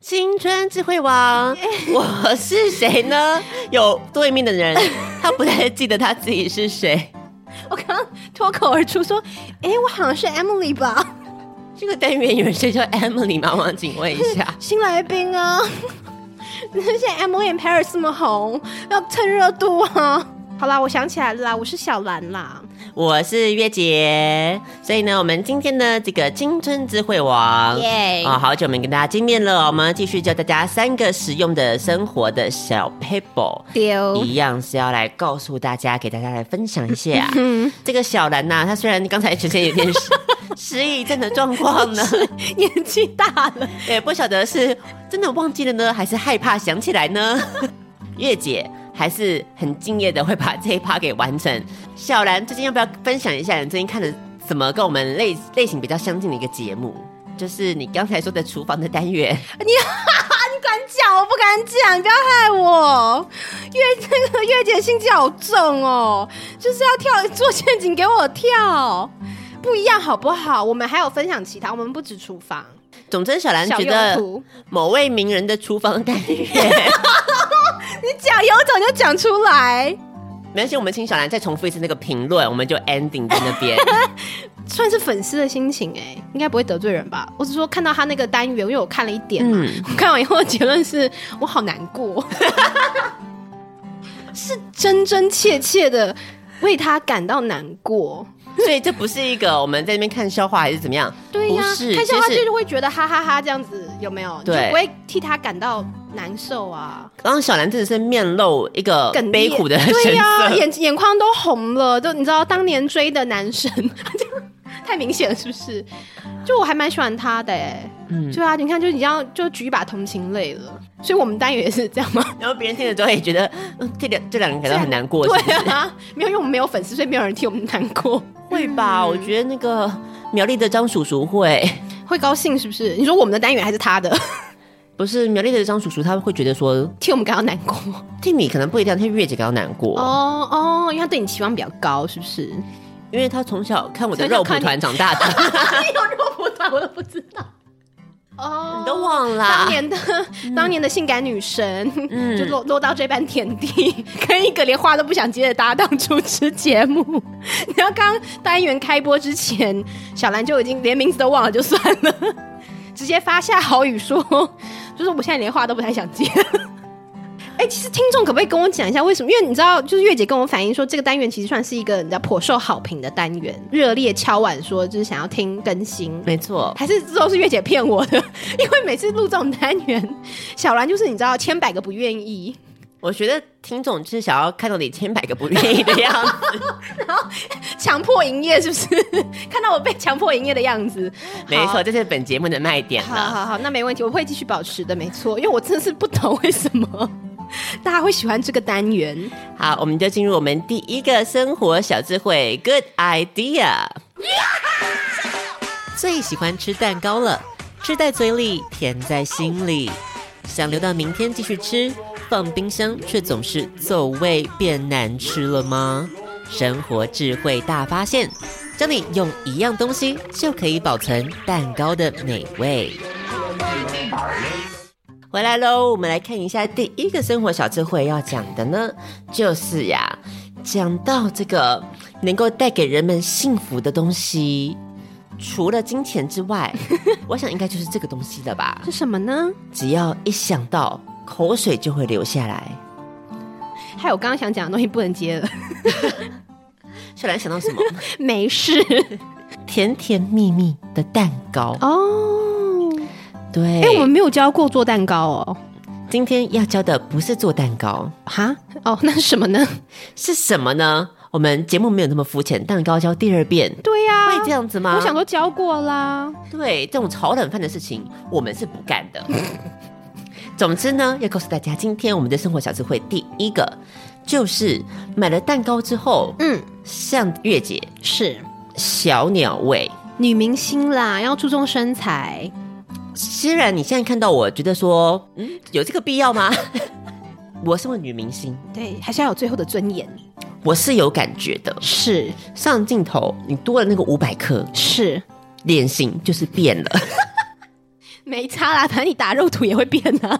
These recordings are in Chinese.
青春智慧王，我是谁呢？有对面的人，他不太记得他自己是谁。我刚刚脱口而出说：“哎，我好像是 Emily 吧，，这个单元有人谁叫 Emily 吗？我请问一下新来宾啊。 现在 Emily in Paris 这么红，要蹭热度啊。”好啦，我想起来了啦，我是小兰啦。我是月姐。所以呢，我们今天的这个青春智慧王，耶啊、好久没跟大家见面了，我们继续教大家三个实用的生活的小 paper。丢一样是要来告诉大家，给大家来分享一下。这个小兰呐、她虽然刚才之前有点 失失忆症的状况呢， 年纪大了，也呃不晓得是真的忘记了呢，还是害怕想起来呢？ 月姐还是很敬业的，会把这一趴给完成。小兰最近要不要分享一下你最近看的什么跟我们类类型比较相近的一个节目？就是你刚才说的厨房的单元，你敢讲？我不敢讲，你不要害我。月那个月姐心机好重哦，就是要跳做陷阱给我跳，不一样好不好？我们还有分享其他，我们不止厨房。总之小兰小觉用得途某位名人的厨房单元， 你讲有种就讲出来，没关系，我们请小兰再重复一次那个评论，我们就 ending 在那边。 算是粉丝的心情哎、应该不会得罪人吧？我只说看到他那个单元，因为我看了一点嘛，嗯我看完以后的结论是我好难 过，是真真切切的为他感到难过。所以这不是一个我们在那边看笑话还是怎么样？对呀、不是，看笑话就就是是会觉得哈哈哈这样子，有没有？你就对不会替他感到难受啊，刚刚小兰真的是面露一个哽咽悲苦的神对呀、色，眼眼眶都红了，就你知道当年追的男神， 太明显了是不是？就我还蛮喜欢他的哎、嗯对啊，你看就你这样就举一把同情泪了，所以我们单元也是这样吗？然后别人听了之后也觉得，嗯，这两这两 个人感到很难过，是不对是？啊，没有，因为我们没有粉丝，所以没有人替我们难过，会吧？我觉得那个苗栗的张叔叔会，会高兴是不是？你说我们的单元还是他的， 不是苗栗的张叔叔，他会觉得说，替我们感到难过。替你可能不一定，替月姐感到难过，哦哦，因为他对你期望比较高，是 不是？因为他从小看我的从小肉蒲看你团长大的，有肉蒲团我都不知道。哦你 都忘啦当。年的、当年的性感女神，嗯就落落到这般田地， 跟一个连话都不想接的搭档主持节目。 然后刚单元开播之前，小兰就已经连名字都忘了，就算了， 直接发下豪语说， 就是我现在连话都不太想接。 哎、其实听众可不可以跟我讲一下为什么？因为你知道，就是月姐跟我反映说，这个单元其实算是一个你知道颇受好评的单元，热烈敲碗说就是想要听更新。没错，还是之后是月姐骗我的， 因为每次录这种单元，小兰就是你知道千百个不愿意，我觉得听众就是想要看到你千百个不愿意的样 子。强迫营业是不是？ 看到我被强迫营业的样子，没好错，。这是本节目的卖点好了。好好，那没问题，我会继续保持的，没错，因为我真的是不懂为什么 大家会喜欢这个单元。好，我们就进入我们第一个生活小智慧，Good idea。最喜欢吃蛋糕了，吃在嘴里，甜在心里。想留到明天继续吃，放冰箱却总是走味变难吃了吗？生活智慧大发现，教你用一样东西就可以保存蛋糕的美味。回来喽，我们来看一下第一个生活小智慧要讲的呢，就是呀、讲到这个能够带给人们幸福的东西，除了金钱之外，我想应该就是这个东西了吧。是什么呢？只要一想到，口水就会流下来。还有我刚刚想讲的东西不能接了， 小兰想到什么？没事 甜甜蜜蜜的蛋糕。哦。对，哎、我们没有教过做蛋糕哦。今天要教的不是做蛋糕，哈，哦，那是什么呢？是什么呢？我们节目没有那么肤浅，蛋糕教第二遍。对呀、会这样子吗？我想都教过啦。对这种炒冷饭的事情，我们是不干 的。总之呢，要告诉大家，今天我们的生活小智慧第一个就是买了蛋糕之后，嗯，像月姐是小鸟胃。女明星啦，要注重身材。虽呃然你现在看到我觉得说，嗯，有这个必要吗？ 我身为女明星，对，还是要有最后的尊严。我是有感觉的。是上镜头，你多了那个五百克， 是，脸型就是变了。没差啦，反正你打肉毒也会变啊，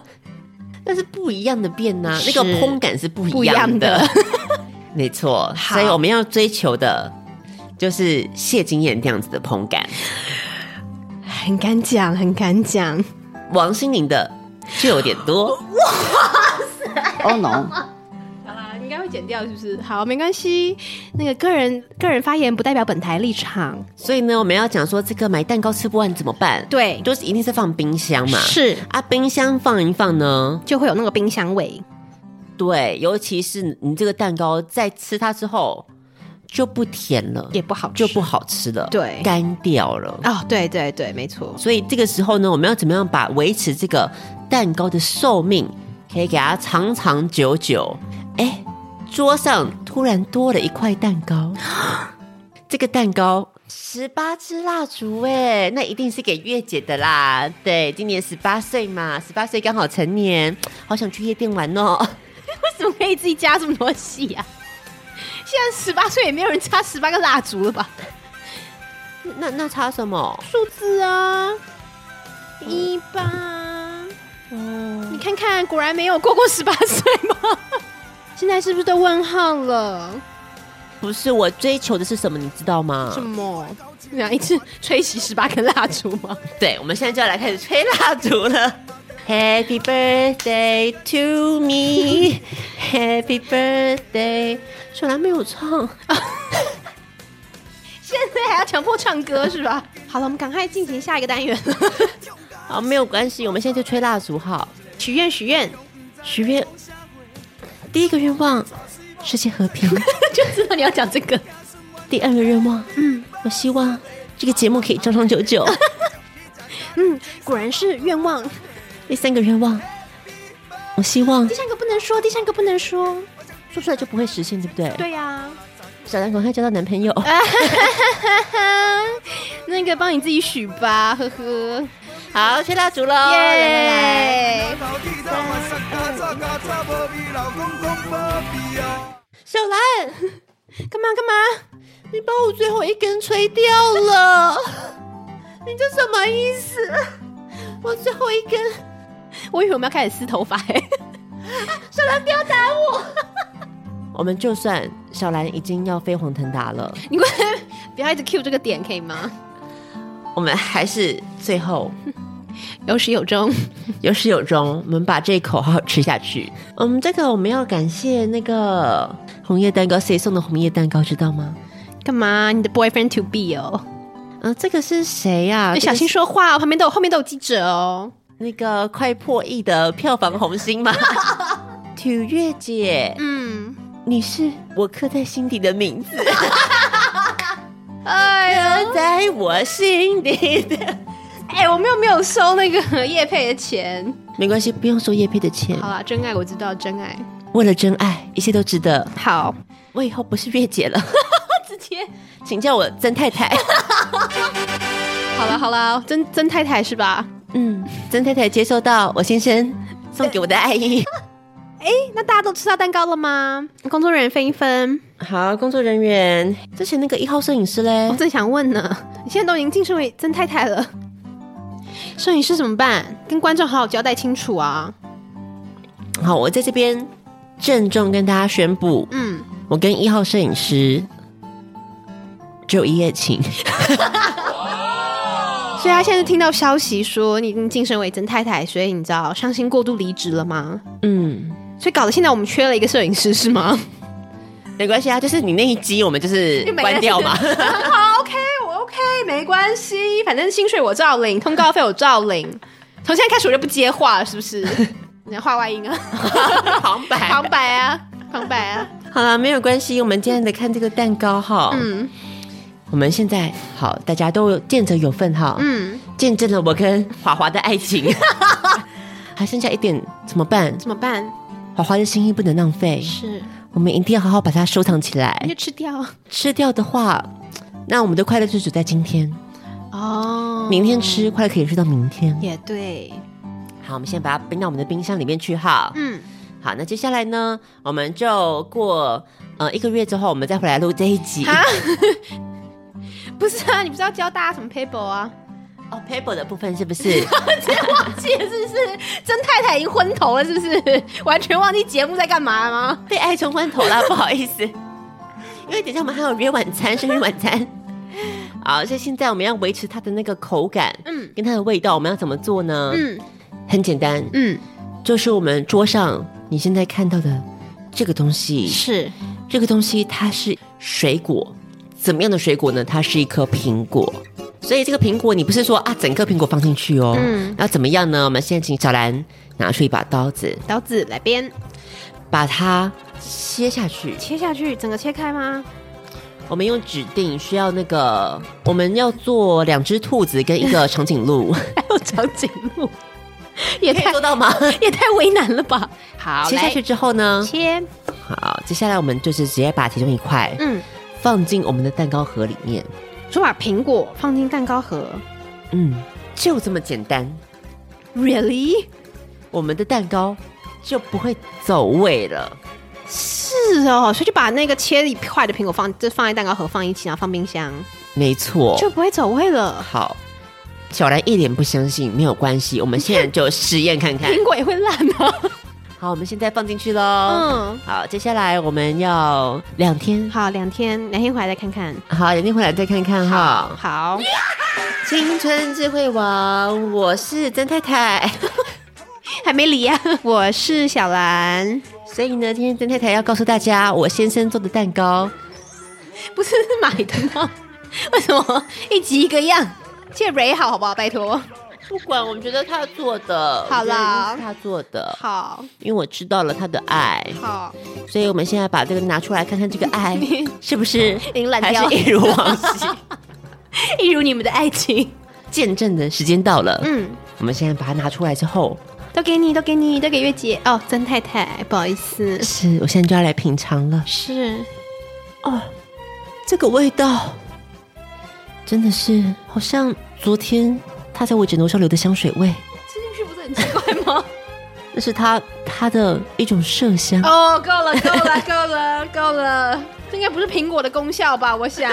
但是不一样的变呐、是那个烹感是不不一一样样的，的。 没错。好所以我们要追求的就是谢金燕这样子的烹感，很敢讲，很敢讲。王心凌的就有点多。 Oh no！好啦，应该会剪掉，是不是？好，没关系。那个个人个人发言不代表本台立场。所以呢，我们要讲说这个买蛋糕吃不完怎么办？，对，就是一定是放冰箱嘛。是啊，冰箱放一放呢，就会有那个冰箱味。对，尤其是你这个蛋糕在吃它之后就不甜了，也不好吃就不好吃了，对干掉了。哦，对对对，没错。所以这个时候呢，我们要怎么样把维持这个蛋糕的寿命，可以给它长长久久？哎，桌上突然多了一块蛋糕，这个蛋糕十八支蜡烛，哎，那一定是给月姐的啦。对，今年十八岁嘛，十八岁刚好成年，好想去夜店玩哦。为什么可以自己加这么多戏啊呀、现在十八岁也没有人插十八个蜡烛了吧？那那差什么？数字啊，一八，你看看，果然没有过过十八岁吗？现在是不是都问号了？不是我追求的是什么，你知道吗什？么？你想一次吹熄十八根蜡烛吗？对，我们现在就要来开始吹蜡烛了。Happy birthday to me, Happy birthday。小兰没有 唱，现在还要强迫唱歌是吧？好了，我们赶快进行下一个单元了。好，没有关系，我们现在就吹蜡烛好。许愿，许愿，许愿，第一个愿望，世界和 平； 就知道你要讲这个。第二个愿望，嗯，我希望这个节目可以长长久 久；嗯，果然是愿望。第三个愿望，我希望第三个不能说，第三个不能说。说出来就不会实现，对不对？，对 呀、小兰赶快交到男朋友。啊，那个帮你自己许吧，呵呵。好，吹蜡烛喽！耶、来来来小兰，干嘛干嘛？你把我最后一根吹掉了，你这什么意思？我最后一根，我以为我们要开始撕头发、 欸，小兰不要打我！我们就算小兰已经要飞黄腾达了，你快不要一直 cue 这个点可以吗？我们还是最后有始有终。有始有终，我们把这一口好好吃下去。嗯，这个我们要感谢那个红叶蛋糕，谁送的红叶蛋糕知道吗？干嘛？你的 boyfriend to be 哦，嗯、这个是谁呀、你这个小心是说话哦，旁边都有后面都有记者哦。那个快破亿的票房红星吗？ 土月姐，嗯，你是我刻在心底的名字，哎呀，在我心底的。哎、我们又没有收那个叶佩的钱。没关系，不用收叶配的钱好。啦，真爱我知道，真爱为了真爱，一切都值得。好，我以后不是月姐了， 直接请叫我曾太太。好了好了，曾曾太太是吧？嗯，曾太太接收到我先生送给我的爱意。哎那大家都吃到蛋糕了吗？工作人员分一分。 好，工作人员，之前那个一号摄影师嘞我，正想问呢，你现在都已经晋升为曾太太 了，摄影师怎么办？跟观众好好交代清楚啊。好，我在这边郑重跟大家宣布，嗯，我跟一号摄影师只有一夜情。所以他现在听到消息说你已经晋升为曾太太，所以你知道伤心过度离职了吗？嗯，所以搞得现在我们缺了一个摄影师是吗？ 没关系啊，就是你那一集我们就是关掉嘛。 好，OK，我 OK，没关系，反正薪水我照领，通告费我照领。从现在开始我就不接话了，是不 是？你的话外音啊， 旁白旁白啊，旁白啊。 好了，没有关系，我们今天来看这个蛋糕哈。嗯我们现在好，大家都见者有份哈。嗯，见证了我跟华华的爱情，还剩下一点怎么办？怎么办？华华的心意不能浪费，是，我们一定要好好把它收藏起那来。就哎吃掉吃掉的话，那我们的快乐就只在今天，哦。明天吃快乐可以吃到明天。也对，好，我们先把它冰到我们的冰箱里面去哈。嗯，好，那接下来呢，我们就过呃一个月之后，我们再回 来录这一集。啊，不是啊，你不是要教大家什么 paper 啊？哦，paper 的部分是不 是？忘记了是不是？曾太太已经昏头了，是不是？完全忘记节目在干嘛了吗？被爱冲昏头了，不好意思。因为等一下我们还有约晚餐，生日晚餐。好，所以现在我们要维持它的那个口感，嗯跟它的味道，我们要怎么做呢？嗯很简单，嗯，就是我们桌上你现在看到的这个东西，是这个东西它是水果，怎么样的水果呢？它是一颗苹果。所以这个苹果，你不是说啊，整颗苹果放进去哦？嗯要怎么样呢？我们现在请小兰拿出一把刀子，刀子来边把它切下去。切下去，整个切开吗？我们用指定需要那个，我们要做两只兔子跟一个长颈 鹿，还有长颈 鹿，也可以太做到吗？也太为难了吧？好， 切下来去之后呢？切，好，接下来我们就是直接把其中一块嗯，放进我们的蛋糕盒里面。就把苹果放进蛋糕盒。嗯，就这么简单， Really？我们的蛋糕就不会走味了。是哦，所以就把那个切一块的苹果放，就放在蛋糕盒放一起，然后放冰箱，没错，就不会走味了。好。小兰一脸不相信，没有关系，我们现在就实验看 看。苹果也会烂啊吗？好，我们现在放进去喽。嗯，好，接下来我们要两天，好，两天，两天回来再看看。好，两天回来再看看哈。好，青春智慧王，我是曾太太。 还没离啊！ 我是小兰，所以呢，今天曾太太要告诉大家，我先生做的蛋糕不是是买的吗？为什么一集一个样？借蕊好好不好？拜托。不管我们觉得他做的，好我啦觉得一定是他做的，好因为我知道了他的爱，好，所以我们现在把这个拿出来看看，这个 爱是不是 已经烂还掉是一如往昔？哎 一如你们的爱情。见证的时间到了，嗯，我们现在把它拿出来之后，都给你，都给你，都给月姐。哦，曾太太，不好意思。是我现在就要来品尝了，是，这个味道真的是好像昨天他在我枕头上留的香水味。这件事不是很奇怪吗？那是它它的一种麝香。 哦，够了，够了，够了，够了。这应该不是苹果的功效吧？我想。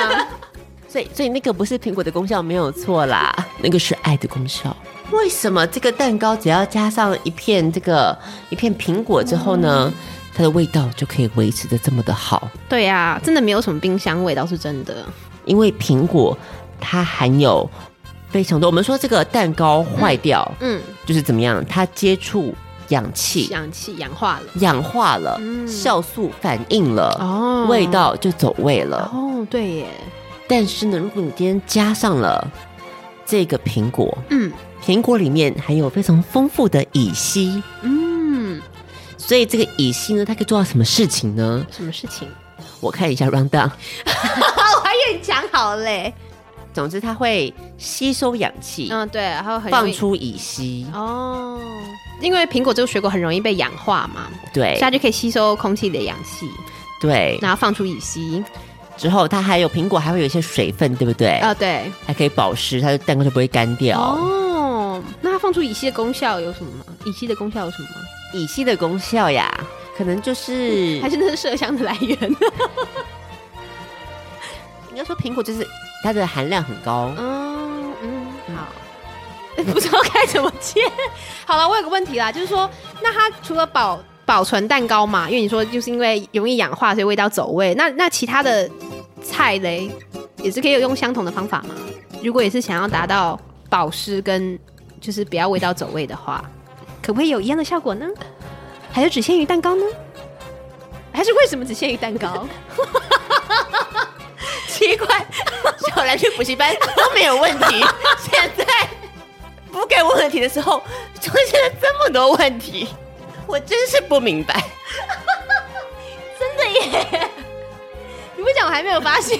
所以所以那个不是苹果的功效没有错啦， 那个是爱的功效。为什么这个蛋糕只要加上一片这个一片苹果之后呢，它的味道就可以维持的这么的好？ 对呀、真的没有什么冰箱味道，是真的。因为苹果它含有非常多。我们说这个蛋糕坏掉、嗯，就是怎么样，它接触氧气。氧气氧化了。氧化了，嗯酵素反应了，哦味道就走味了。哦，对耶。但是呢，如果你今天加上了这个苹果，嗯苹果里面含有非常丰富的乙烯，嗯，所以这个乙烯呢，它可以做到什么事情呢？什么事 情？我看一下 round down，哦我还以为你讲好嘞。总之它会吸收氧气，嗯，对，然后很容放易出乙烯，哦，因为苹果这个水果很容易被氧化嘛，所对以它就可以吸收空气里的氧气，对。然后放出乙烯。之后它还有苹果还会有一些水分，对不对？啊、对。还可以保湿，它的蛋糕就不会干掉。哦，那它放出乙烯的功效有什么吗？乙烯的功效有什么吗？乙烯的功效呀，可能就是还是那是麝香的来源？应该说苹果就是它的含量很高。嗯嗯，好。 不知道该怎么接。好了，我有个问题啦，就是说，那它除了保保存蛋糕嘛，因为你说就是因为容易氧化，所以味道走味。那那其他的菜嘞，也是可以用相同的方法吗？如果也是想要达到保湿跟就是不要味道走味的话，可不可以有一样的效果呢？还是只限于蛋糕呢？还是为什么只限于蛋糕？ 奇怪， 小兰去补习班都没有问题， 现在不该问问题的时候出现了这么多问题，我真是不明白。你不讲我还没有发现。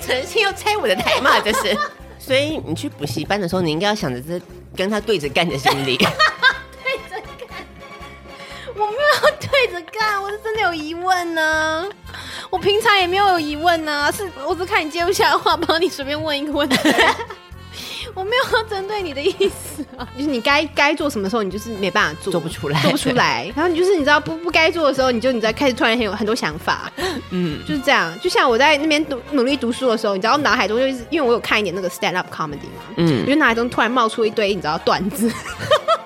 诚心又拆我的台嘛，这是。 所以你去补习班的时候，你应该要想着是跟他对着干的心理。我没有对着干，我是真的有疑问呢、我平常啊 也没有疑问呢、是我只看你接不下的话，帮你随便问一个问题。我没有针对你的意思啊，就是你该该做什么时候，你就是没办法做，做不出来做不出来。然后你就是你知道不不该做的时候，你就你知道开始突然很有很多想法，嗯，就是这样。就像我在那边努努力读书的时候，你知道脑海中就一直因为我有看一点那个 stand up comedy 嘛，嗯嗯，我就脑海中突然冒出一堆你知道段子。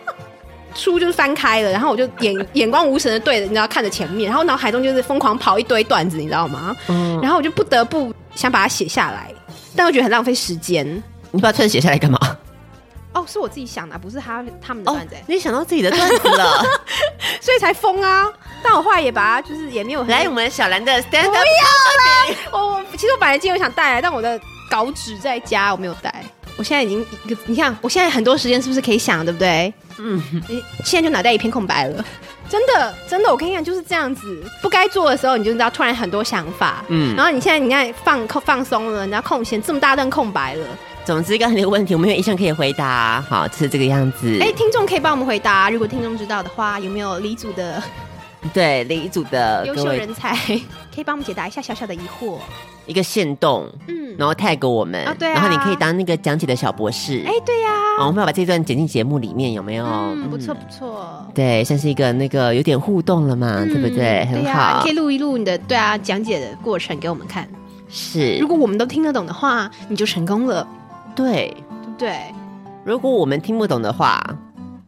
书就是翻开了，然后我就眼 眼光无神的对着，你知道看着前面，然后脑海中就是疯狂跑一堆段子，你知道吗？嗯然后我就不得不想把它写下来，但我觉得很浪费时间。 你把段子写下来干嘛？哦，是我自己想的啊，不是他他们的哦段子欸、，你想到自己的段子了。 所以才疯啊。但我后来也把它，就是也没有很来，我们小兰的 stand 不 up，要啦。我我其实我本来今天有想带来，但我的稿纸在家，我没有带。我现在已经一个，你看，我现在很多时间是不是可以想，对不对？嗯，你现在就脑袋一片空白了，真的，真的，我跟你讲就是这样子，不该做的时候，你就知道突然很多想法，嗯嗯，然后你现在你看放空放松了，你知道空闲这么大段空白了，总之刚才那个问题，我们有一项可以回答，好，就是这个样子。哎、听众可以帮我们回答，如果听众知道的话，有没有李组的对，另一组的优各秀位人才， 可以帮我们解答一下小小的疑惑。一个线动，嗯，然后 tag 我们，啊对啊然后你可以当那个讲解的小博士。哎、对呀、好我们要把这段剪进节目里面，有没有？嗯，不错嗯。不错，对，像是一个那个有点互动了嘛，对不对？嗯很呀好可以，录一录你的对啊讲解的过程给我们看。是嗯如，果我们都听得懂的话，你就成功了，对。对不对？如果我们听不懂的话，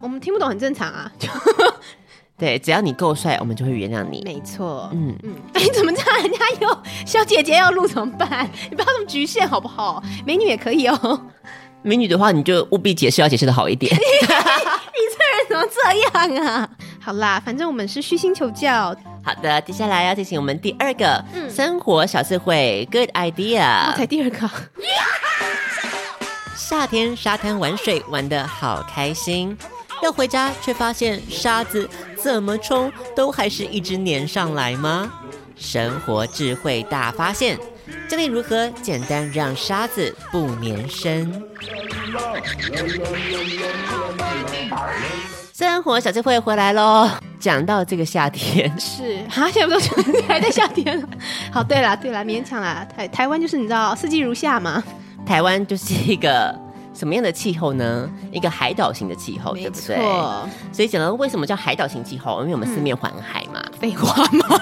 我们听不懂很正常啊，就对，只要你够帅，我们就会原谅你。没错。嗯，嗯， 哎，怎么这样？人家有小姐姐要录怎么办？ 你不要这么局限好不好？美女也可以哦。 美女的话，你就务必解释，要解释的好一点。你这人怎么这样啊？好啦，反正我们是虚心求教，好的，接下来要进行我们第二个、嗯生活小智慧，Good idea。我才第二个。夏天沙滩玩水玩得好开心，要回家却发现沙子怎么冲都还是一直粘上来吗？生活智慧大发现，教你如何简单让沙子不粘身。生活小智慧回来喽！讲到这个夏天， 是啊，现在不都还在夏天了？好，对啦，对啦，勉强啦。台台湾就是你知道四季如夏嘛，台湾就是一个什么样的气候呢？一个海岛型的气候，哦对不对？所以讲到为什么叫海岛型气候，因为我们四嗯面环海嘛，废话 嘛，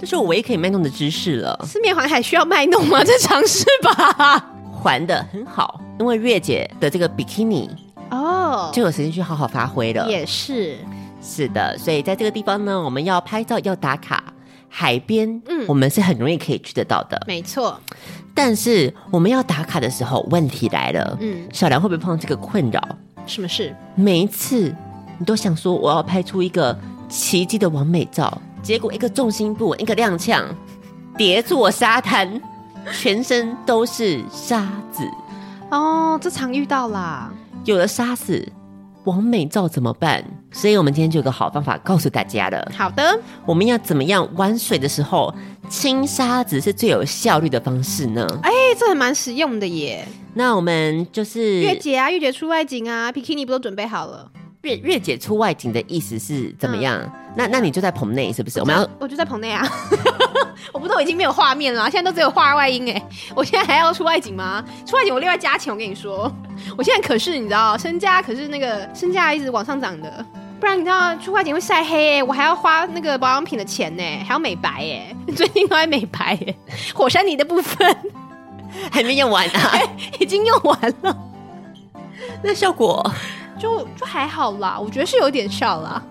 这是我唯一可以卖弄的知识了。四面环海需要卖弄吗？ 这尝试吧。还的很好，因为月姐的这个比基尼哦，就有时间去好好发挥了。也是，是的，所以在这个地方呢，我们要拍照要打卡。海边，嗯嗯，我们是很容易可以去得到的。没错。但是我们要打卡的时候，问题来了，嗯，小兰会不会碰到这个困扰？什么事？每一次你都想说我要拍出一个奇迹的完美照，结果一个重心不稳，一个踉跄，跌坐沙滩，全身都是沙子。哦，这常遇到啦。有了沙子，完美照怎么办？所以我们今天就有个好方法告诉大家了。好的，我们要怎么样玩水的时候清沙子是最有效率的方式呢？哎，这还蛮实用的耶。那我们就是月姐啊，月姐出外景啊，比基尼不都准备好了？月月姐出外景的意思是怎么样？那那你就在棚内是不是？我们要我就在棚内啊， 我不都已经没有画面了啊，现在都只有画外音哎，我现在还要出外景吗？出外景我另外加钱，我跟你说，我现在可是你知道身价可是那个身价一直往上涨的，不然你知道出外景会晒黑哎，我还要花那个保养品的钱呢，还要美白哎， 最近都在美白哎，火山泥的部分欸还没用完 啊？已经用完了，那效果，就就还好啦，我觉得是有点少啦，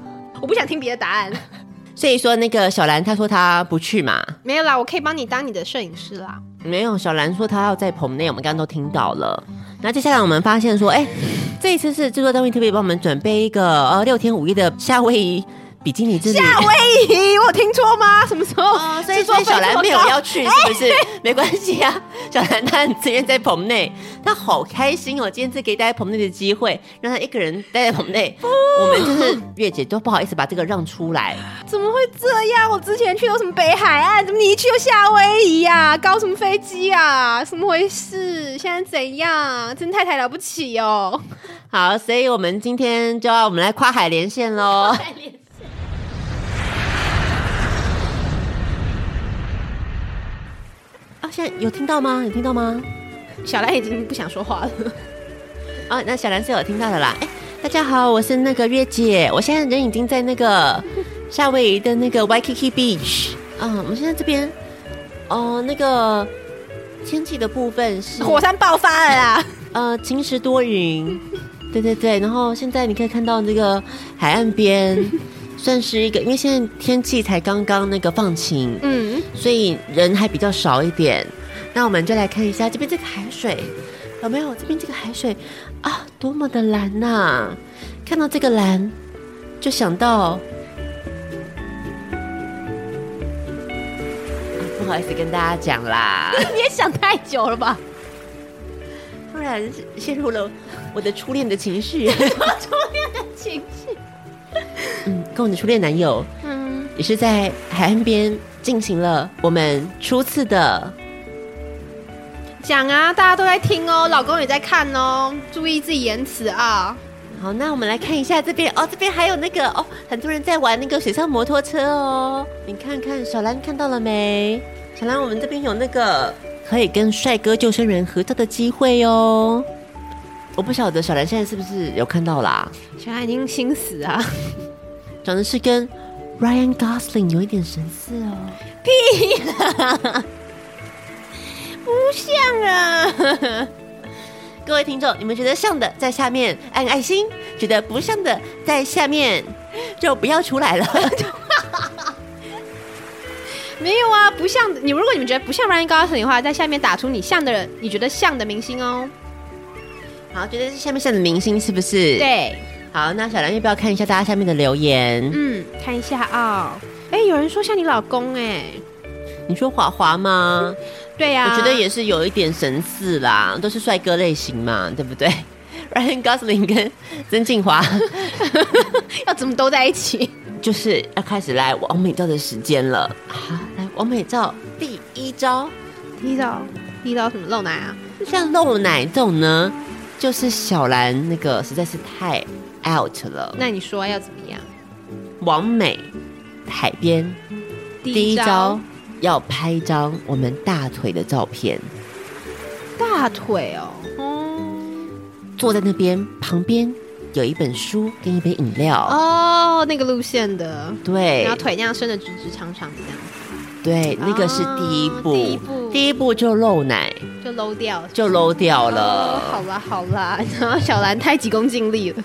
我不想听别的答案，所以说那个小兰她说她不去嘛， 没有啦，我可以帮你当你的摄影师啦，没有，小兰说她要在棚内，我们刚刚都听到了。那接下来我们发现说，哎、这一次是制作单位特别帮我们准备一个呃六天五夜的夏威夷比基尼之旅。夏威夷，我有听错吗？ 什么时候？哦，所以制作所以费小兰这么没有高要去，哦是不是？没关系啊，小兰她很自愿在棚内，她好开心哦。今天是给大家棚内的机会，让她一个人待在棚内，我们就是月姐都不好意思把这个让出来。怎么会这样？我之前去都什么北海岸，怎么你一去就夏威夷呀、啊？搞什么飞机啊？怎么回事？现在怎样？真太太了不起哦！好，所以我们今天就要我们来跨海连线喽。啊，现在有听到吗？有听到吗？小兰已经不想说话了，哦，那小兰是有听到的啦。哎，大家好，我是那个月姐，我现在人已经在那个夏威夷的那个 Waikiki Beach。嗯，我们现在这边，哦，那个天气的部分是 火山爆发了啦！呃晴时多云，对对对。然后现在你可以看到那个海岸边，算是一个，因为现在天气才刚刚那个放晴，嗯，所以人还比较少一点。那我们就来看一下这边这个海水有没有？这边这个海水啊，多么的蓝呐、看到这个蓝，就想到、啊不好意思跟大家讲啦， 你也想太久了吧？突然陷入了我的初恋的情绪。初恋的情绪，嗯，跟我的初恋男友嗯，也是在海岸边进行了我们初次的讲啊，大家都在听哦，老公也在看哦，注意自己言辞啊。好，那我们来看一下这边哦，这边还有那个哦，很多人在玩那个水上摩托车哦。你看看，小兰看到了没？小兰，我们这边有那个可以跟帅哥救生员合照的机会哦。我不晓得小兰现在是不是有看到啦、小兰已经心死啊！长得是跟 Ryan Gosling 有一点神似哦。不像啊， 各位听众，你们觉得像的在下面按爱心，觉得不像的在下面就不要出来 了。没有啊，不像你。如果你们觉得不像 Ryan Gosling 的话，在下面打出你像的人，你觉得像的明星哦。好，觉得是下面像的明星是不是？。对，好，那小兰要不要看一下大家下面的留言？嗯，看一下啊、哎，有人说像你老公哎，你说华华吗？对啊呀、我觉得也是有一点神似啦，都是帅哥类型嘛，对不对？Ryan Gosling 跟曾静华要怎么都在一起。就是要开始来王美照的时间了。好，来王美照第一招，踢到踢到什么漏奶啊？像露奶这种呢，就是小兰那个实在是太 out 了。那你说要怎么样？王美海边第一招要拍一张我们大腿的照片。大腿哦，哦坐在那边，旁边有一本书跟一杯饮料。哦，那个路线的，对然后腿那样伸的直直长长的，这对，那个是第一步，哦第一步第一步就露奶，样就搂掉了。就搂掉了。哦好啦好啦， 然后小兰太急功近利了，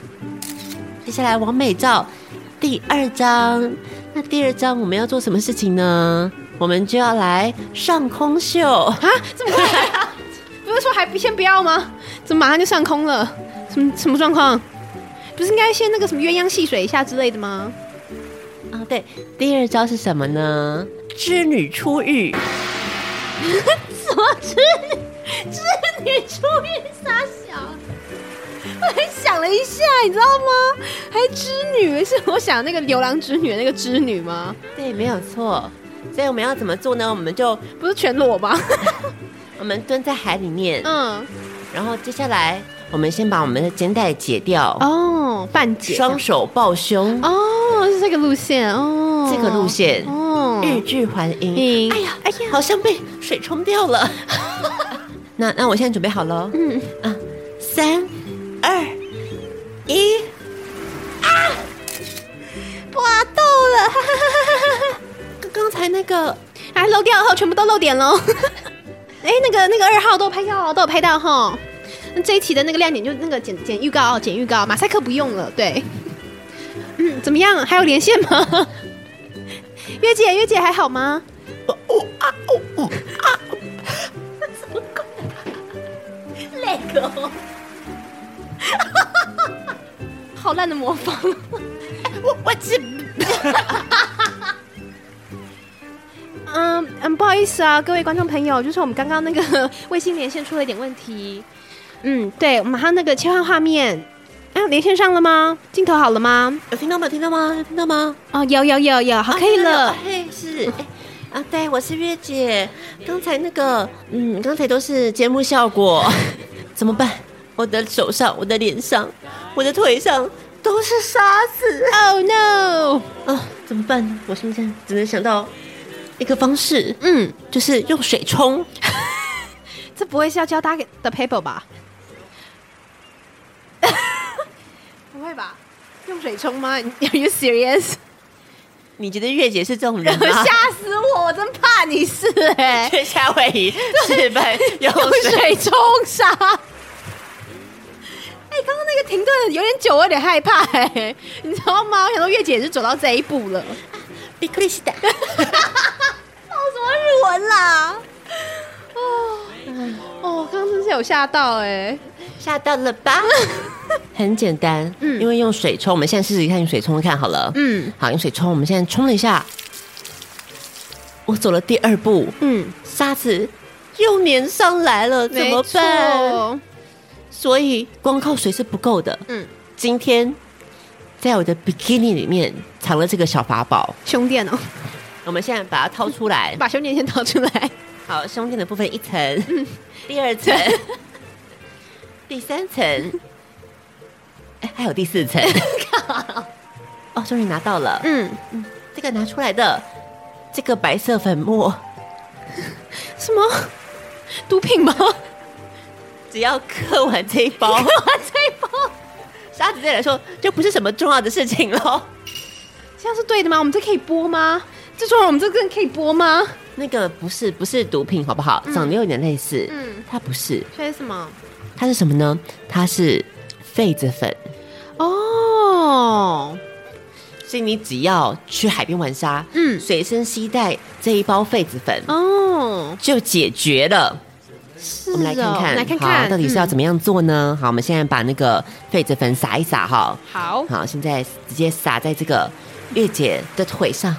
接下来王美照第二张，那第二张我们要做什么事情呢？我们就要来上空秀。这么快、不是说还不先不要吗？怎么马上就上空了？什么什么状况？不是应该先那个什么鸳鸯戏水一下之类的吗？啊、对，第二招是什么呢？织女出浴，什么织织女出浴傻小？我还想了一下，你知道吗？还织女是我想那个牛郎织女的那个织女吗？对，没有错。所以我们要怎么做呢？我们就不是全裸吗？我们蹲在海里面，嗯，然后接下来我们先把我们的肩带解掉，哦，半截双手抱胸，哦，是这个路线哦，这个路线哦，日剧还嗯迎。哎呀，哎呀，好像被水冲掉了。 那那我现在准备好了，哦啊嗯，三、二、一，哇，到了，刚刚才那个哎，漏掉后全部都漏点喽。 哎，那个那个二号都有拍到哦，都有拍到哈。那这一期的那个亮点就那个剪剪预告哦，剪预告，马赛克不用了，对。嗯，怎么样？还有连线吗？ 月姐，月姐还好吗？哦啊哦啊哦哦啊！什么鬼？那个哦，好烂的模 仿。我我这 嗯嗯，不好意思啊，各位观众朋友，就是我们刚刚那个 卫星连线出了一点问题。嗯，对，我们马上那个切换画面。啊，连线上了吗？镜头好了吗？有听到吗？有听到吗？有听到吗？啊哦，有有有有，好，可以了。嘿，是。哎啊，对，我是月姐。刚才那个，嗯，刚才都是节目效果， 怎么办？我的手上、我的脸上、我的腿上都是沙子。 Oh no！啊，怎么办呢？我现在只能想到一个方式，嗯，就是用水冲。 这不会是要教大家的 paper 吧？会吧？用水冲吗？Are you serious？你觉得月姐是这种人 吗？ 吓死我！我真怕你是 哎、去夏威夷 日本用用 水，水冲杀。哎、刚刚那个停顿有点久，我有点害怕哎、你知道吗？我想说月姐也是走到这一步了，比克利西达。报哦什么啊日文啦？哦，哦，刚刚真是有吓到哎、吓到了吧？ 很简单，嗯，因为用水冲，我们现在试试看用水冲看好了，嗯好，用水冲，我们现在冲了一下，我走了第二步，嗯，沙子又粘上来了，怎么办？？所以光靠水是不够的，嗯，今天在我的比基尼里面藏了这个小法宝，胸垫哦，我们现在把它掏出来，把胸垫先掏出来。好，胸垫的部分一层， 第二层，第三层，哎，还有第四 层。哦，终于拿到了，嗯，这个拿出来的，这个白色粉末，什么？毒品 吗？只要嗑完这一 包，这一包沙子对你来说就不是什么重要的事情 喽。这样是对的吗？我们这可以播吗？这种我们这个可以播吗？那个不是不是毒品，好不好？长得有点类似，嗯它不是，所以什么？它是什么呢？它是痱子粉。哦，所以你只要去海边玩沙，嗯随身携带这一包痱子粉，哦，就解决了。是哦我们来看看，来看好看嗯到底是要怎么？么样做呢？好，我们现在把那个痱子粉撒一撒哈。好，好，现在直接撒在这个月姐的腿上，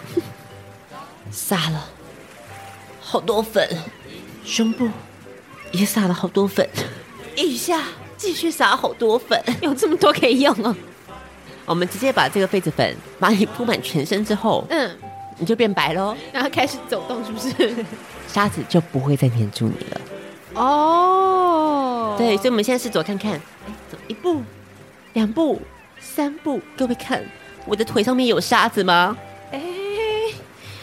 撒了好多粉，胸部也撒了好多粉，腋下继续撒好多粉。有这么多可以用啊哦。我们直接把这个痱子粉把你铺满全身之 后，嗯，你就变白喽，然后开始走动，是 不是？沙子就不会再黏住你了。哦，对，所以我们现在试着看看，哎，走一步、两步、三步，各位看，我的腿上面有沙子 吗？哎，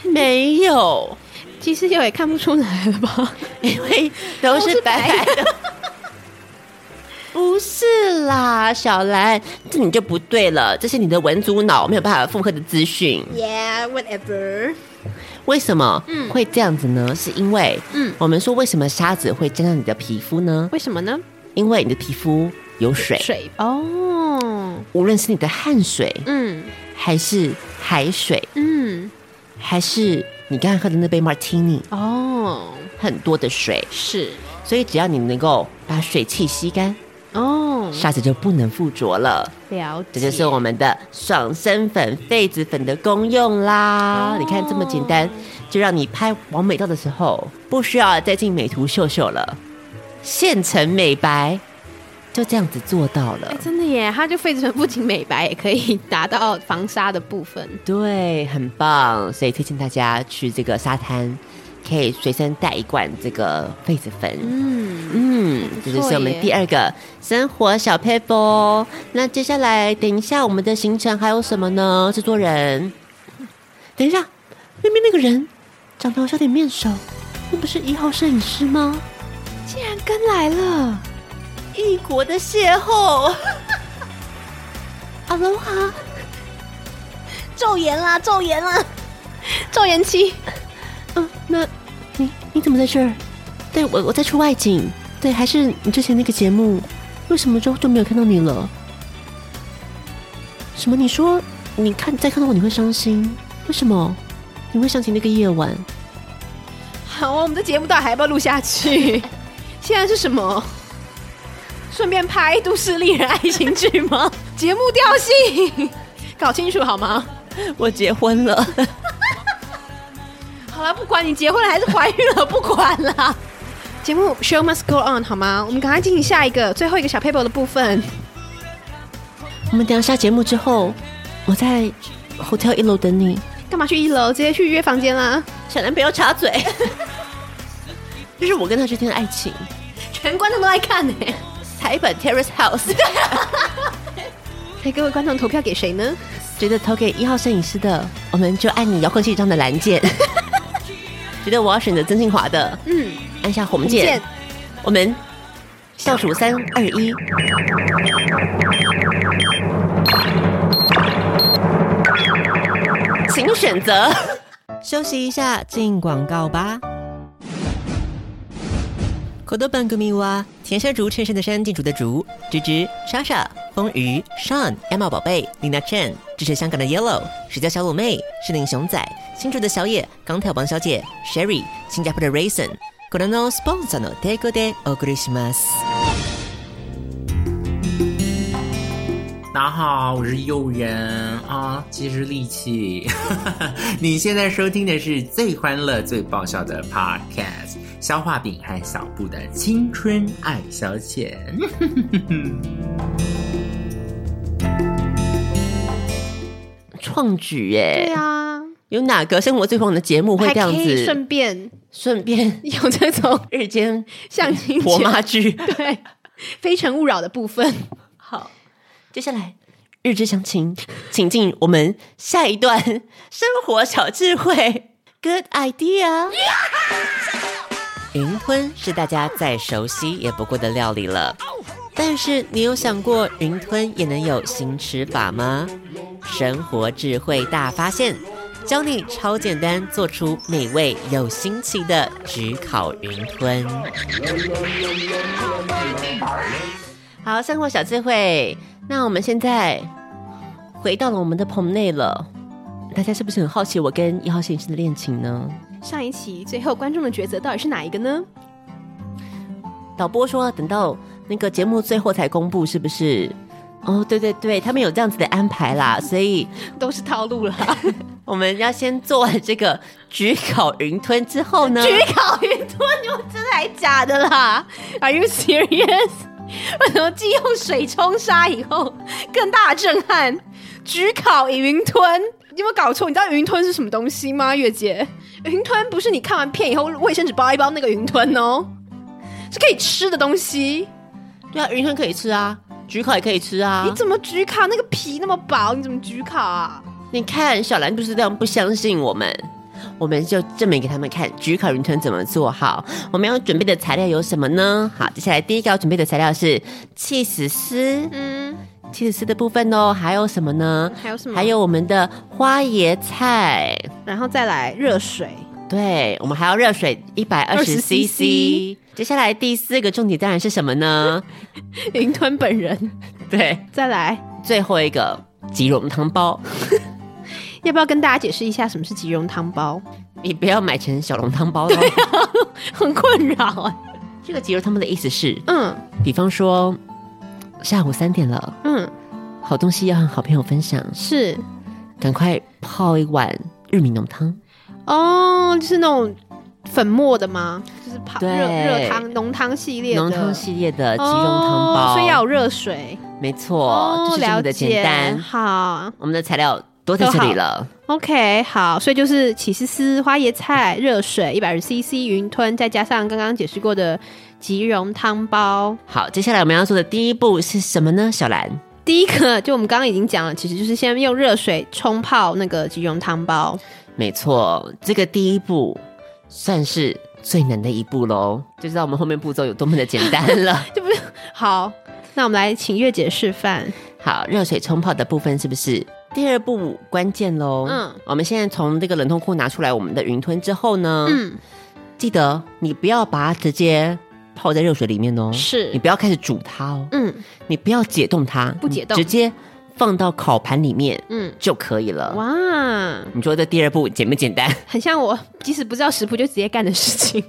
没有，其实有也看不出来了吧？ 因为都是白白的。不是啦，小兰，这你就不对了，这是你的文组脑没有办法复刻的资讯。 Yeah，whatever。为什么嗯会这样子呢？是因为，嗯我们说为什么沙子会沾到你的皮肤呢？为什么呢？因为你的皮肤有水，水哦，无论是你的汗水，嗯还是海水，嗯，还是你刚才喝的那杯 martini，哦，很多的水，是所以只要你能够把水汽吸干，哦，沙子就不能附着了。了这解，就是我们的爽身粉、痱子粉的功用啦！哦你看这么简单，就让你拍完美照的时候，不需要再进美图秀秀了，现成美白，就这样子做到了哎，。真的耶，它就痱子粉不仅美白，也可以达到防沙的部分。对，很棒，所以推荐大家去这个沙滩，可以随身带一罐这个痱子粉。嗯，嗯，这不错就是我们第二个生活小 paper。那接下来，等一下我们的行程还有什么呢？制作人，等一下，那边那个人长得好像有点面熟，那不是一号摄影师吗？竟然跟来了，异国的邂 逅，阿罗哈，昼颜啦，昼颜 啦，昼颜期，嗯，那你你怎么在这儿？对我我在出外景，对，还是你之前那个节目，为什么就就没有看到你了？什么？你说你看再看到我你会伤心？为什么？你会想起那个夜晚？好，我们的节目到底还要不要录下去？ 现在是什么？顺便拍《都市丽人爱情剧》吗？ 节目调性，搞清楚好吗？ 我结婚了，好了，不管你结婚了还是怀孕了，不管啦。节目 show must go on 好吗？我们赶快进行下一个最后一个小 paper 的部分。 我们等一下下节目之后，我在 hotel 一楼等你。干嘛去一楼？直接去约房间啦！小南不要插嘴， 这是我跟他之间的爱情。全观众都在看呢、台本 Terrace House， 哎，各位观众投票给谁呢？觉得投给一号摄影师的，我们就按你遥控器上的蓝键； 觉得我要选择曾庆华的，嗯，按下红见键。我们倒数三二一，请选择。 休息一下，进广告吧。この番組は田山竹衬衫的山地主的竹芝芝、莎莎、风鱼、Sean、Emma 宝贝、Lina Chen，支持香港的 Yellow、石家小卤妹、是令熊仔、新竹的小野、钢铁王小姐、Sherry、新加坡的 Raisin。これのスポンサーの提供でお送りします。大家好，我是诱人啊，其实力气。 你现在收听的是最欢乐、最爆笑的 Podcast《消化饼和小布的青春爱消遣》。创举耶、对啊，有哪个生活最荒的节目会还这样可以子顺便顺 便有这种日间 相亲婆节妈剧？对《非诚勿扰》的部分。好，接下来日之详情，请进我们下一段生活小智慧。Good idea！云吞是大家再熟悉也不过的料理了，但是你有想过云吞也能有新吃法吗？生活智慧大发现，教你超简单做出美味又新奇的焗烤云吞。好，生活小智慧。那我们现在回到了我们的棚内了，大家是不是很好奇我跟一号先生的恋情呢？上一期最后观众的抉择到底是哪一个呢？导播说等到那个节目最后才公布，是不是？哦，对对对，他们有这样子的安排啦，所以都是套路了。我们要先做完这个焗烤云吞之后呢，焗烤云吞，你们真的还假的啦？Are you serious？为什么继用水冲沙以后更大的震撼？焗烤云吞，你有没有搞错？你知道云吞是什么东西吗？月姐，云吞不是你看完片以后卫生纸包一包那个云吞哦，是可以吃的东西。对啊，云吞可以吃啊，焗烤也可以吃啊你。怎么焗烤？那个皮那么薄，你怎么焗烤啊？你看小兰就是这样不相信我们，我们就证明给他们看焗烤云吞怎么做好。我们要准备的材料有什么呢？好，接下来第一个要准备的材料是起司丝，嗯，起司丝的部分哦，还有什么呢？还有什么？还，有我们的花椰菜，然后再来热水。对，我们还要热水一百二十 CC CC。接下来第四个重点当然是什么呢？ 云吞本人，对，再来，最后一个吉茸汤包，要不要跟大家解释一下什么是吉茸汤包？你不要买成小笼汤包喽。很困扰啊。这个吉茸汤包的意思是，嗯比方说，下午三点了，嗯，好东西要和好朋友分享，是赶快泡一碗日米浓汤。哦，就是那种粉末的吗？就是泡热对热汤浓汤系列的浓汤系列的哦鸡茸汤包，所以要有热水哦没错，就是这么的简了解单。好我们的材料都在这里了， ，OK，好，所以就是起司丝、花椰菜、热水、一百二 CC 云吞，再加上刚刚解释过的吉茸汤包。好接下来我们要做的第一步是什么呢？小兰，第一个就我们刚刚已经讲了，其实就是先用热水冲泡那个吉茸汤包。没错，这个第一步算是最难的一步喽，就知道我们后面步骤有多么的简单了。好，那我们来请月姐示范。好，热水冲泡的部分是不是第二步关键喽？嗯嗯，我们现在从这个冷冻库拿出来我们的云吞之后呢，嗯，记得你不要把它直接泡在热水里面哦，是你不要开始煮它哦，嗯你不要解冻它，不解冻你直接放到烤盘里面嗯，就可以了。哇，你说这第二步简不简单？ 很像我即使不知道食谱就直接干的事情，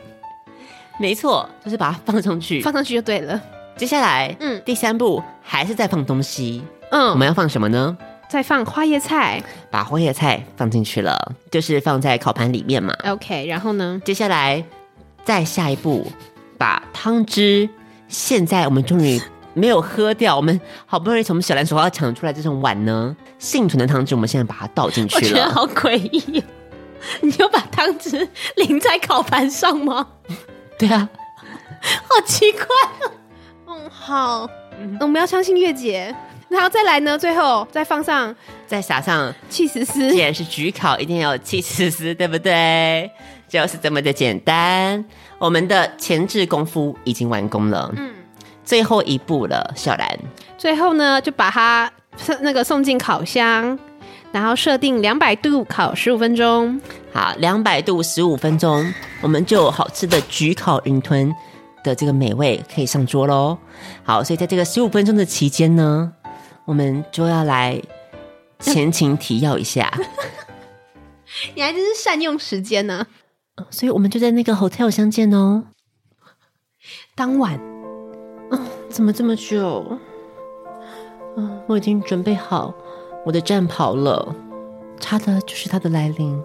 没错，就是把它放上去。放上去就对了。接下来，嗯嗯，第三步还是在放东西，我嗯，们要放什么呢？再放花椰菜把花椰菜放进去了，就是放在烤盘里面嘛。 ，OK，然后呢？接下来再下一步，把汤汁，现在我们终于没有喝掉，我们好不容易从小兰手上抢出来这种碗呢，幸存的汤汁，我们现在把它倒进我去觉得了。好诡异 哦，你就把汤汁淋在烤盘上吗？ 对啊，好奇怪哦。嗯，好，嗯我们要相信月姐。然后再来呢，最后再放上再撒上，气死丝既，然是焗烤，一定要有气丝丝，对不对？就是这么的简单。我们的前置功夫已经完工了，嗯，最后一步了，小兰。最后呢，就把它那个送进烤箱，然后设定两百度烤十五分钟。好，两百度十五分钟，我们就有好吃的焗烤云吞的这个美味可以上桌喽。好，所以在这个十五分钟的期间呢，我们就要来前情提要一下，你还真是善用时间呢、 所以我们就在那个 hotel 相见哦。当晚，怎么这么久？嗯，我已经准备好我的战袍了，差的就是它的来临。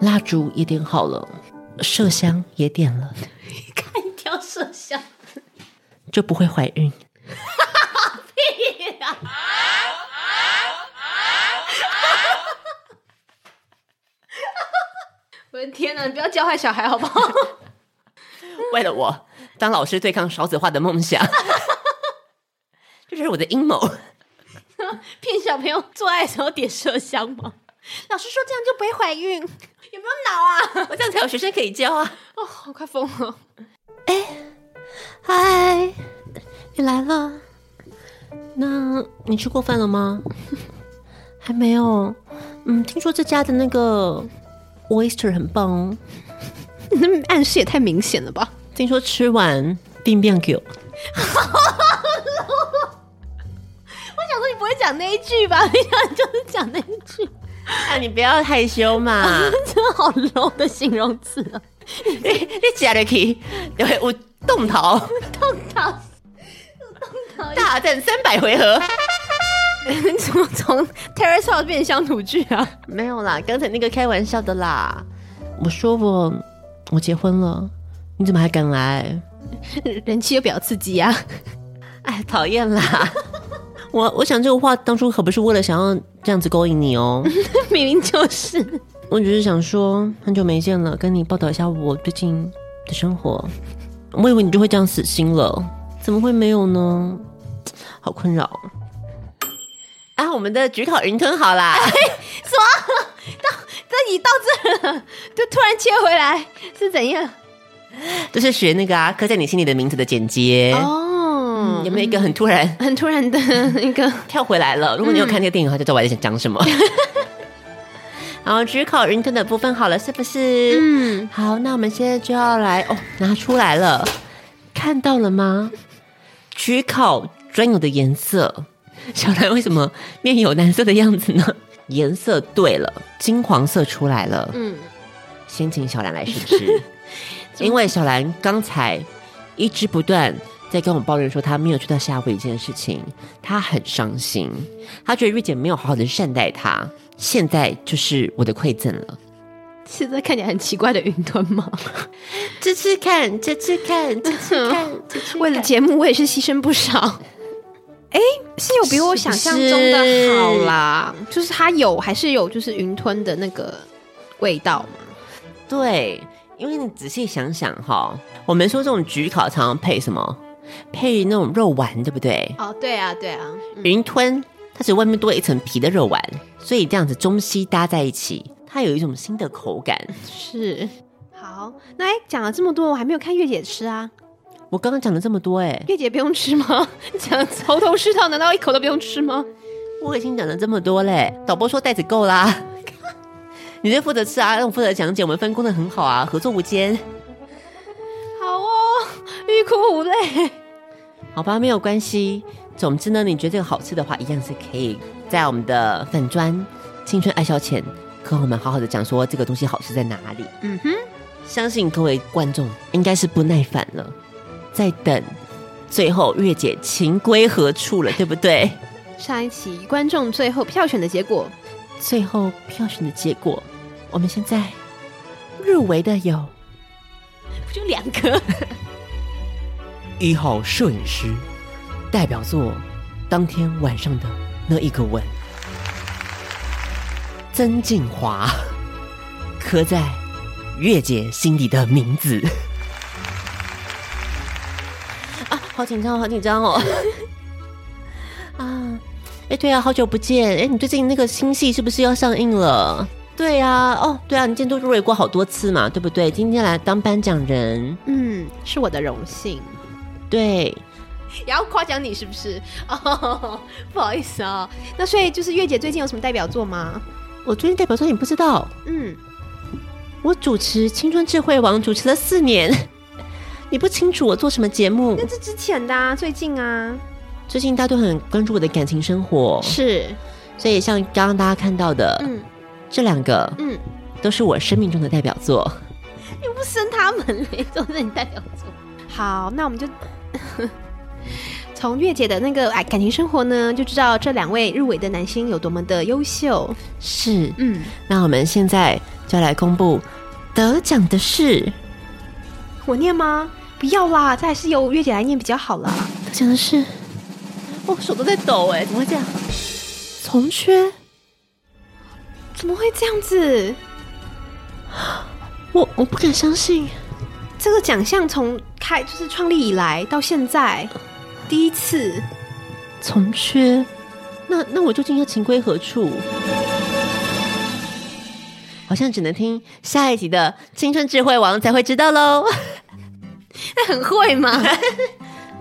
蜡烛也点好了，麝香也点了，看你挑摄像，就不会怀孕。 我的天哪，你不要教坏小孩好不好？ 为了我当老师对抗少子化的梦想，这就是我的阴谋。骗小朋友做爱的时候点麝香吗？老师说这样就不会怀孕，有没有脑啊？我这样才有学生可以教啊！哦，我快疯了！嗨，你来了。那你吃过饭了吗？ 还没有。嗯，听说这家的那个 oyster 很棒哦。你那暗示也太明显了吧？听说吃完定变狗。我想说你不会讲那一句吧？ 你想就是讲那一句，啊，你不要害羞嘛！真的好 low 的形容词啊！你 你假的去，有有动桃，动到大战三百回合。你 怎么从 Terrace House 变成乡土剧啊？没有啦，刚才那个开玩笑的啦。我说我我结婚了，你怎么还敢来？人气又比较刺激啊！哎，讨厌啦！ 我我想这个话当初可不是为了想要这样子勾引你 哦， 明明就是我只是想说很久没见了，跟你报道一下我最近的生活。我以为你就会这样死心了，怎么会没有呢？好困扰。啊，我们的焗烤云吞好啦，那你到这了，就突然切回来是怎样？ 就是学那个啊，刻在你心里的名字的简介。嗯哦，有没有一个很突然哎很突然的一个，跳回来了。如果你有看那个电影的话，就知道我在想讲什么。然后只烤云吞的部分好了，是不是？嗯，好，那我们现在就要来哦，拿出来了，看到了吗？焗烤专有的颜色，小兰为什么面有蓝色的样子呢？颜色对了，金黄色出来了。嗯，先请小兰来试 吃，因为小兰刚才一直不断在跟我抱怨说她没有去到夏威夷这件事情，她很伤心，她觉得瑞姐没有好好的善待她，现在就是我的馈赠了。是在看起来很奇怪的云吞吗？吃吃看，吃吃 看，吃吃看，吃吃看为了节目，我也是牺牲不少。哎，是有比我想象中的好啦，就是它有还是有就是云吞的那个味道嘛。对，因为你仔细想想哈，我们说这种焗烤常常配什么？配那种肉丸，对不对？哦，对啊，对啊，云吞，它只外面多了一层皮的肉丸，所以这样子中西搭在一起，它有一种新的口感。是。好，那哎，讲了这么多，我还没有看月姐吃啊。我刚刚讲了这么多、欸，哎，月姐不用吃吗？ 讲头头是道，难道一口都不用吃吗？我已经讲了这么多嘞、导播说袋子够啦， 你就负责吃啊，让我负责讲解，我们分工的很好啊，合作无间。好哦，欲哭无泪。好吧，没有关系。总之呢，你觉得这个好吃的话，一样是可以在我们的粉砖青春爱消遣跟我们好好的讲说这个东西好吃在哪里。嗯哼，相信各位观众应该是不耐烦了，在等最后月姐情归何处了，对不对？上一期观众最后票选的结果，最后票选的结果，我们现在入围的有不就两个？一号摄影师，代表作当天晚上的那一个吻，曾静华刻在月姐心里的名字。啊，好紧张，好紧张哦！啊，哎，对啊，好久不见，哎，你最近那个新戏是不是要上映了？对啊，哦，对啊，你监督入围过好多次嘛，对不对？今天来当颁奖人，嗯，是我的荣幸。对，也要夸奖你是不是？ 哦，不好意思啊、那所以就是月姐最近有什么代表作吗？我最近代表作你不知道，嗯，我主持《青春智慧王》主持了四年， 你不清楚我做什么节目。这之前的啊，最近啊，最近大家都很关注我的感情生活，是，所以像刚刚大家看到的、嗯这两个，嗯，都是我生命中的代表作。你不生他们嘞， 都是你代表作。好，那我们就 从月姐的那个哎感情生活呢，就知道这两位入围的男星有多么的优秀。是，嗯，那我们现在就来公布得奖的是，我念吗？不要啦，这还是由月姐来念比较好啦。得奖的是，哦，手都在抖哎，怎么会这样？从缺，怎么会这样子？我我不敢相信，这个奖项从开就是创立以来到现在，第一次从缺，那那我究竟要情归何处？好像只能听下一集的《青春智慧王》才会知道喽。很会嘛？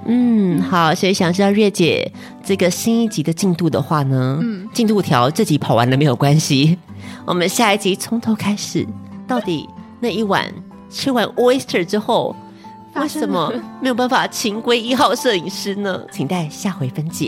嗯，好，所以想知道月姐这个新一集的进度的话呢，嗯，进度条这集跑完了没有关系， 我们下一集从头开始，到底那一晚吃完 oyster 之后，为发生什了么没有办法情归一号摄影师呢？请待下回分解。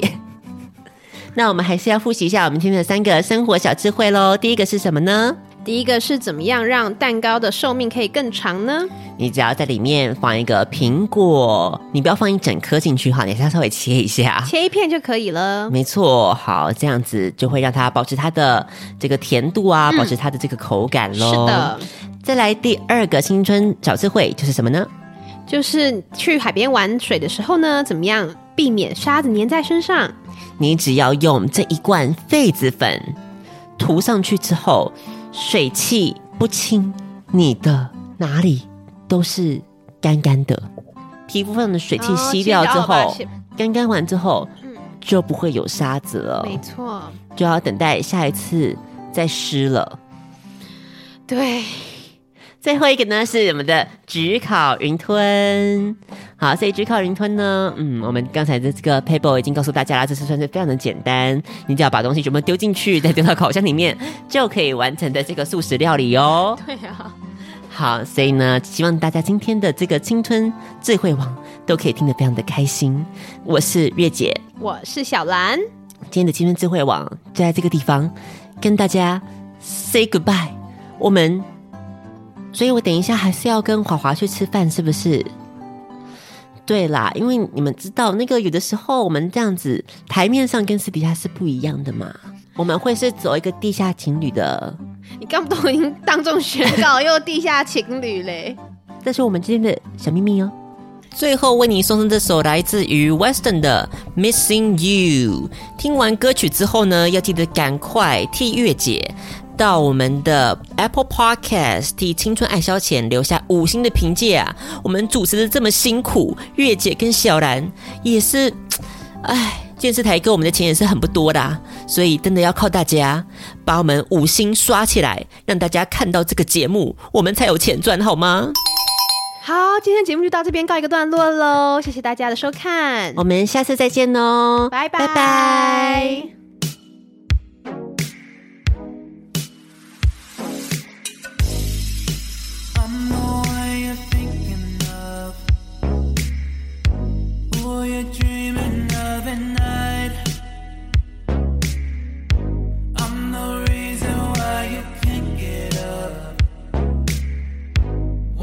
那我们还是要复习一下我们今天的三个生活小智慧喽。第一个是什么呢？ 第一个是怎么样让蛋糕的寿命可以更长呢？你只要在里面放一个苹果，你不要放一整颗进去哈，你还是要稍微切一下。切一片就可以 了。没错，好，这样子就会让它保持它的这个甜度啊，保持它的这个口感嗯是喽。的，，再来第二个青春小智慧就是什么呢？就是去海边玩水的时候呢，怎么样避免沙子粘在身上？你只要用这一罐痱子粉涂上去之后，水汽不清，你的哪里都是干干的，皮肤上的水汽吸哦掉之吸掉了后吧是，干干完之后嗯，就不会有沙子了没，错，就要等待下一次再湿了。对，最后一个呢是我们的焗烤云吞。好，所以焗烤云吞呢，嗯，我们刚才的这个 paper 已经告诉大家啦，这是算是非常的简单，你只要把东西全部丢进去，再丢到烤箱里面，就可以完成的这个素食料理哦。对啊，好，所以呢，希望大家今天的这个青春智慧网都可以听得非常的开心。我是月姐，我是小兰，今天的青春智慧网就在这个地方跟大家 say goodbye。我们，所以我等一下还是要跟华华去吃饭，是不是？对啦，因为你们知道，那个有的时候我们这样子台面上跟私底下是不一样的嘛。我们会是走一个地下情侣的，你刚不都已经当众宣告又地下情侣嘞？这是我们今天的小秘密哦。最后为你送上这首来自于 Weston 的《Missing You》。听完歌曲之后呢，要记得赶快替月姐到我们的 Apple Podcast 替《青春爱消遣》留下五星的评价、啊。我们主持的这么辛苦，月姐跟小兰也是，唉。电视台给我们的钱也是很不多的、啊，所以真的要靠大家把我们五星刷起来，让大家看到这个节目，我们才有钱赚，好吗？ 好，今天节目就到这边告一个段落喽，谢谢大家的收看，我们下次再见哦，拜拜拜拜。 I know what you're thinking of, who you're dreaming of at night. I'm the reason why you can't get up,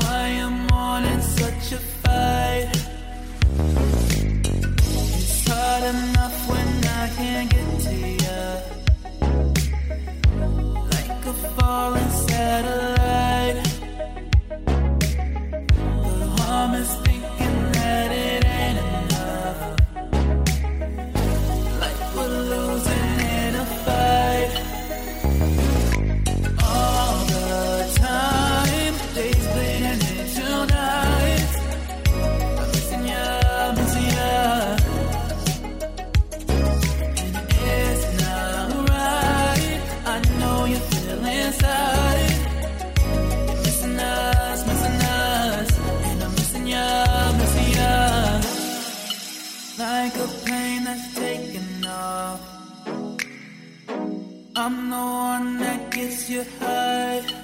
why I'm all in such a fight. It's hard enough when I can't get to you, like a falling satellite. The harm is thinking that it ain't enough. Like we're losing in a fight. All the time, days bleeding into nights. I'm missing you, missing you. And it's not right. I know you feel inside. that gets you high.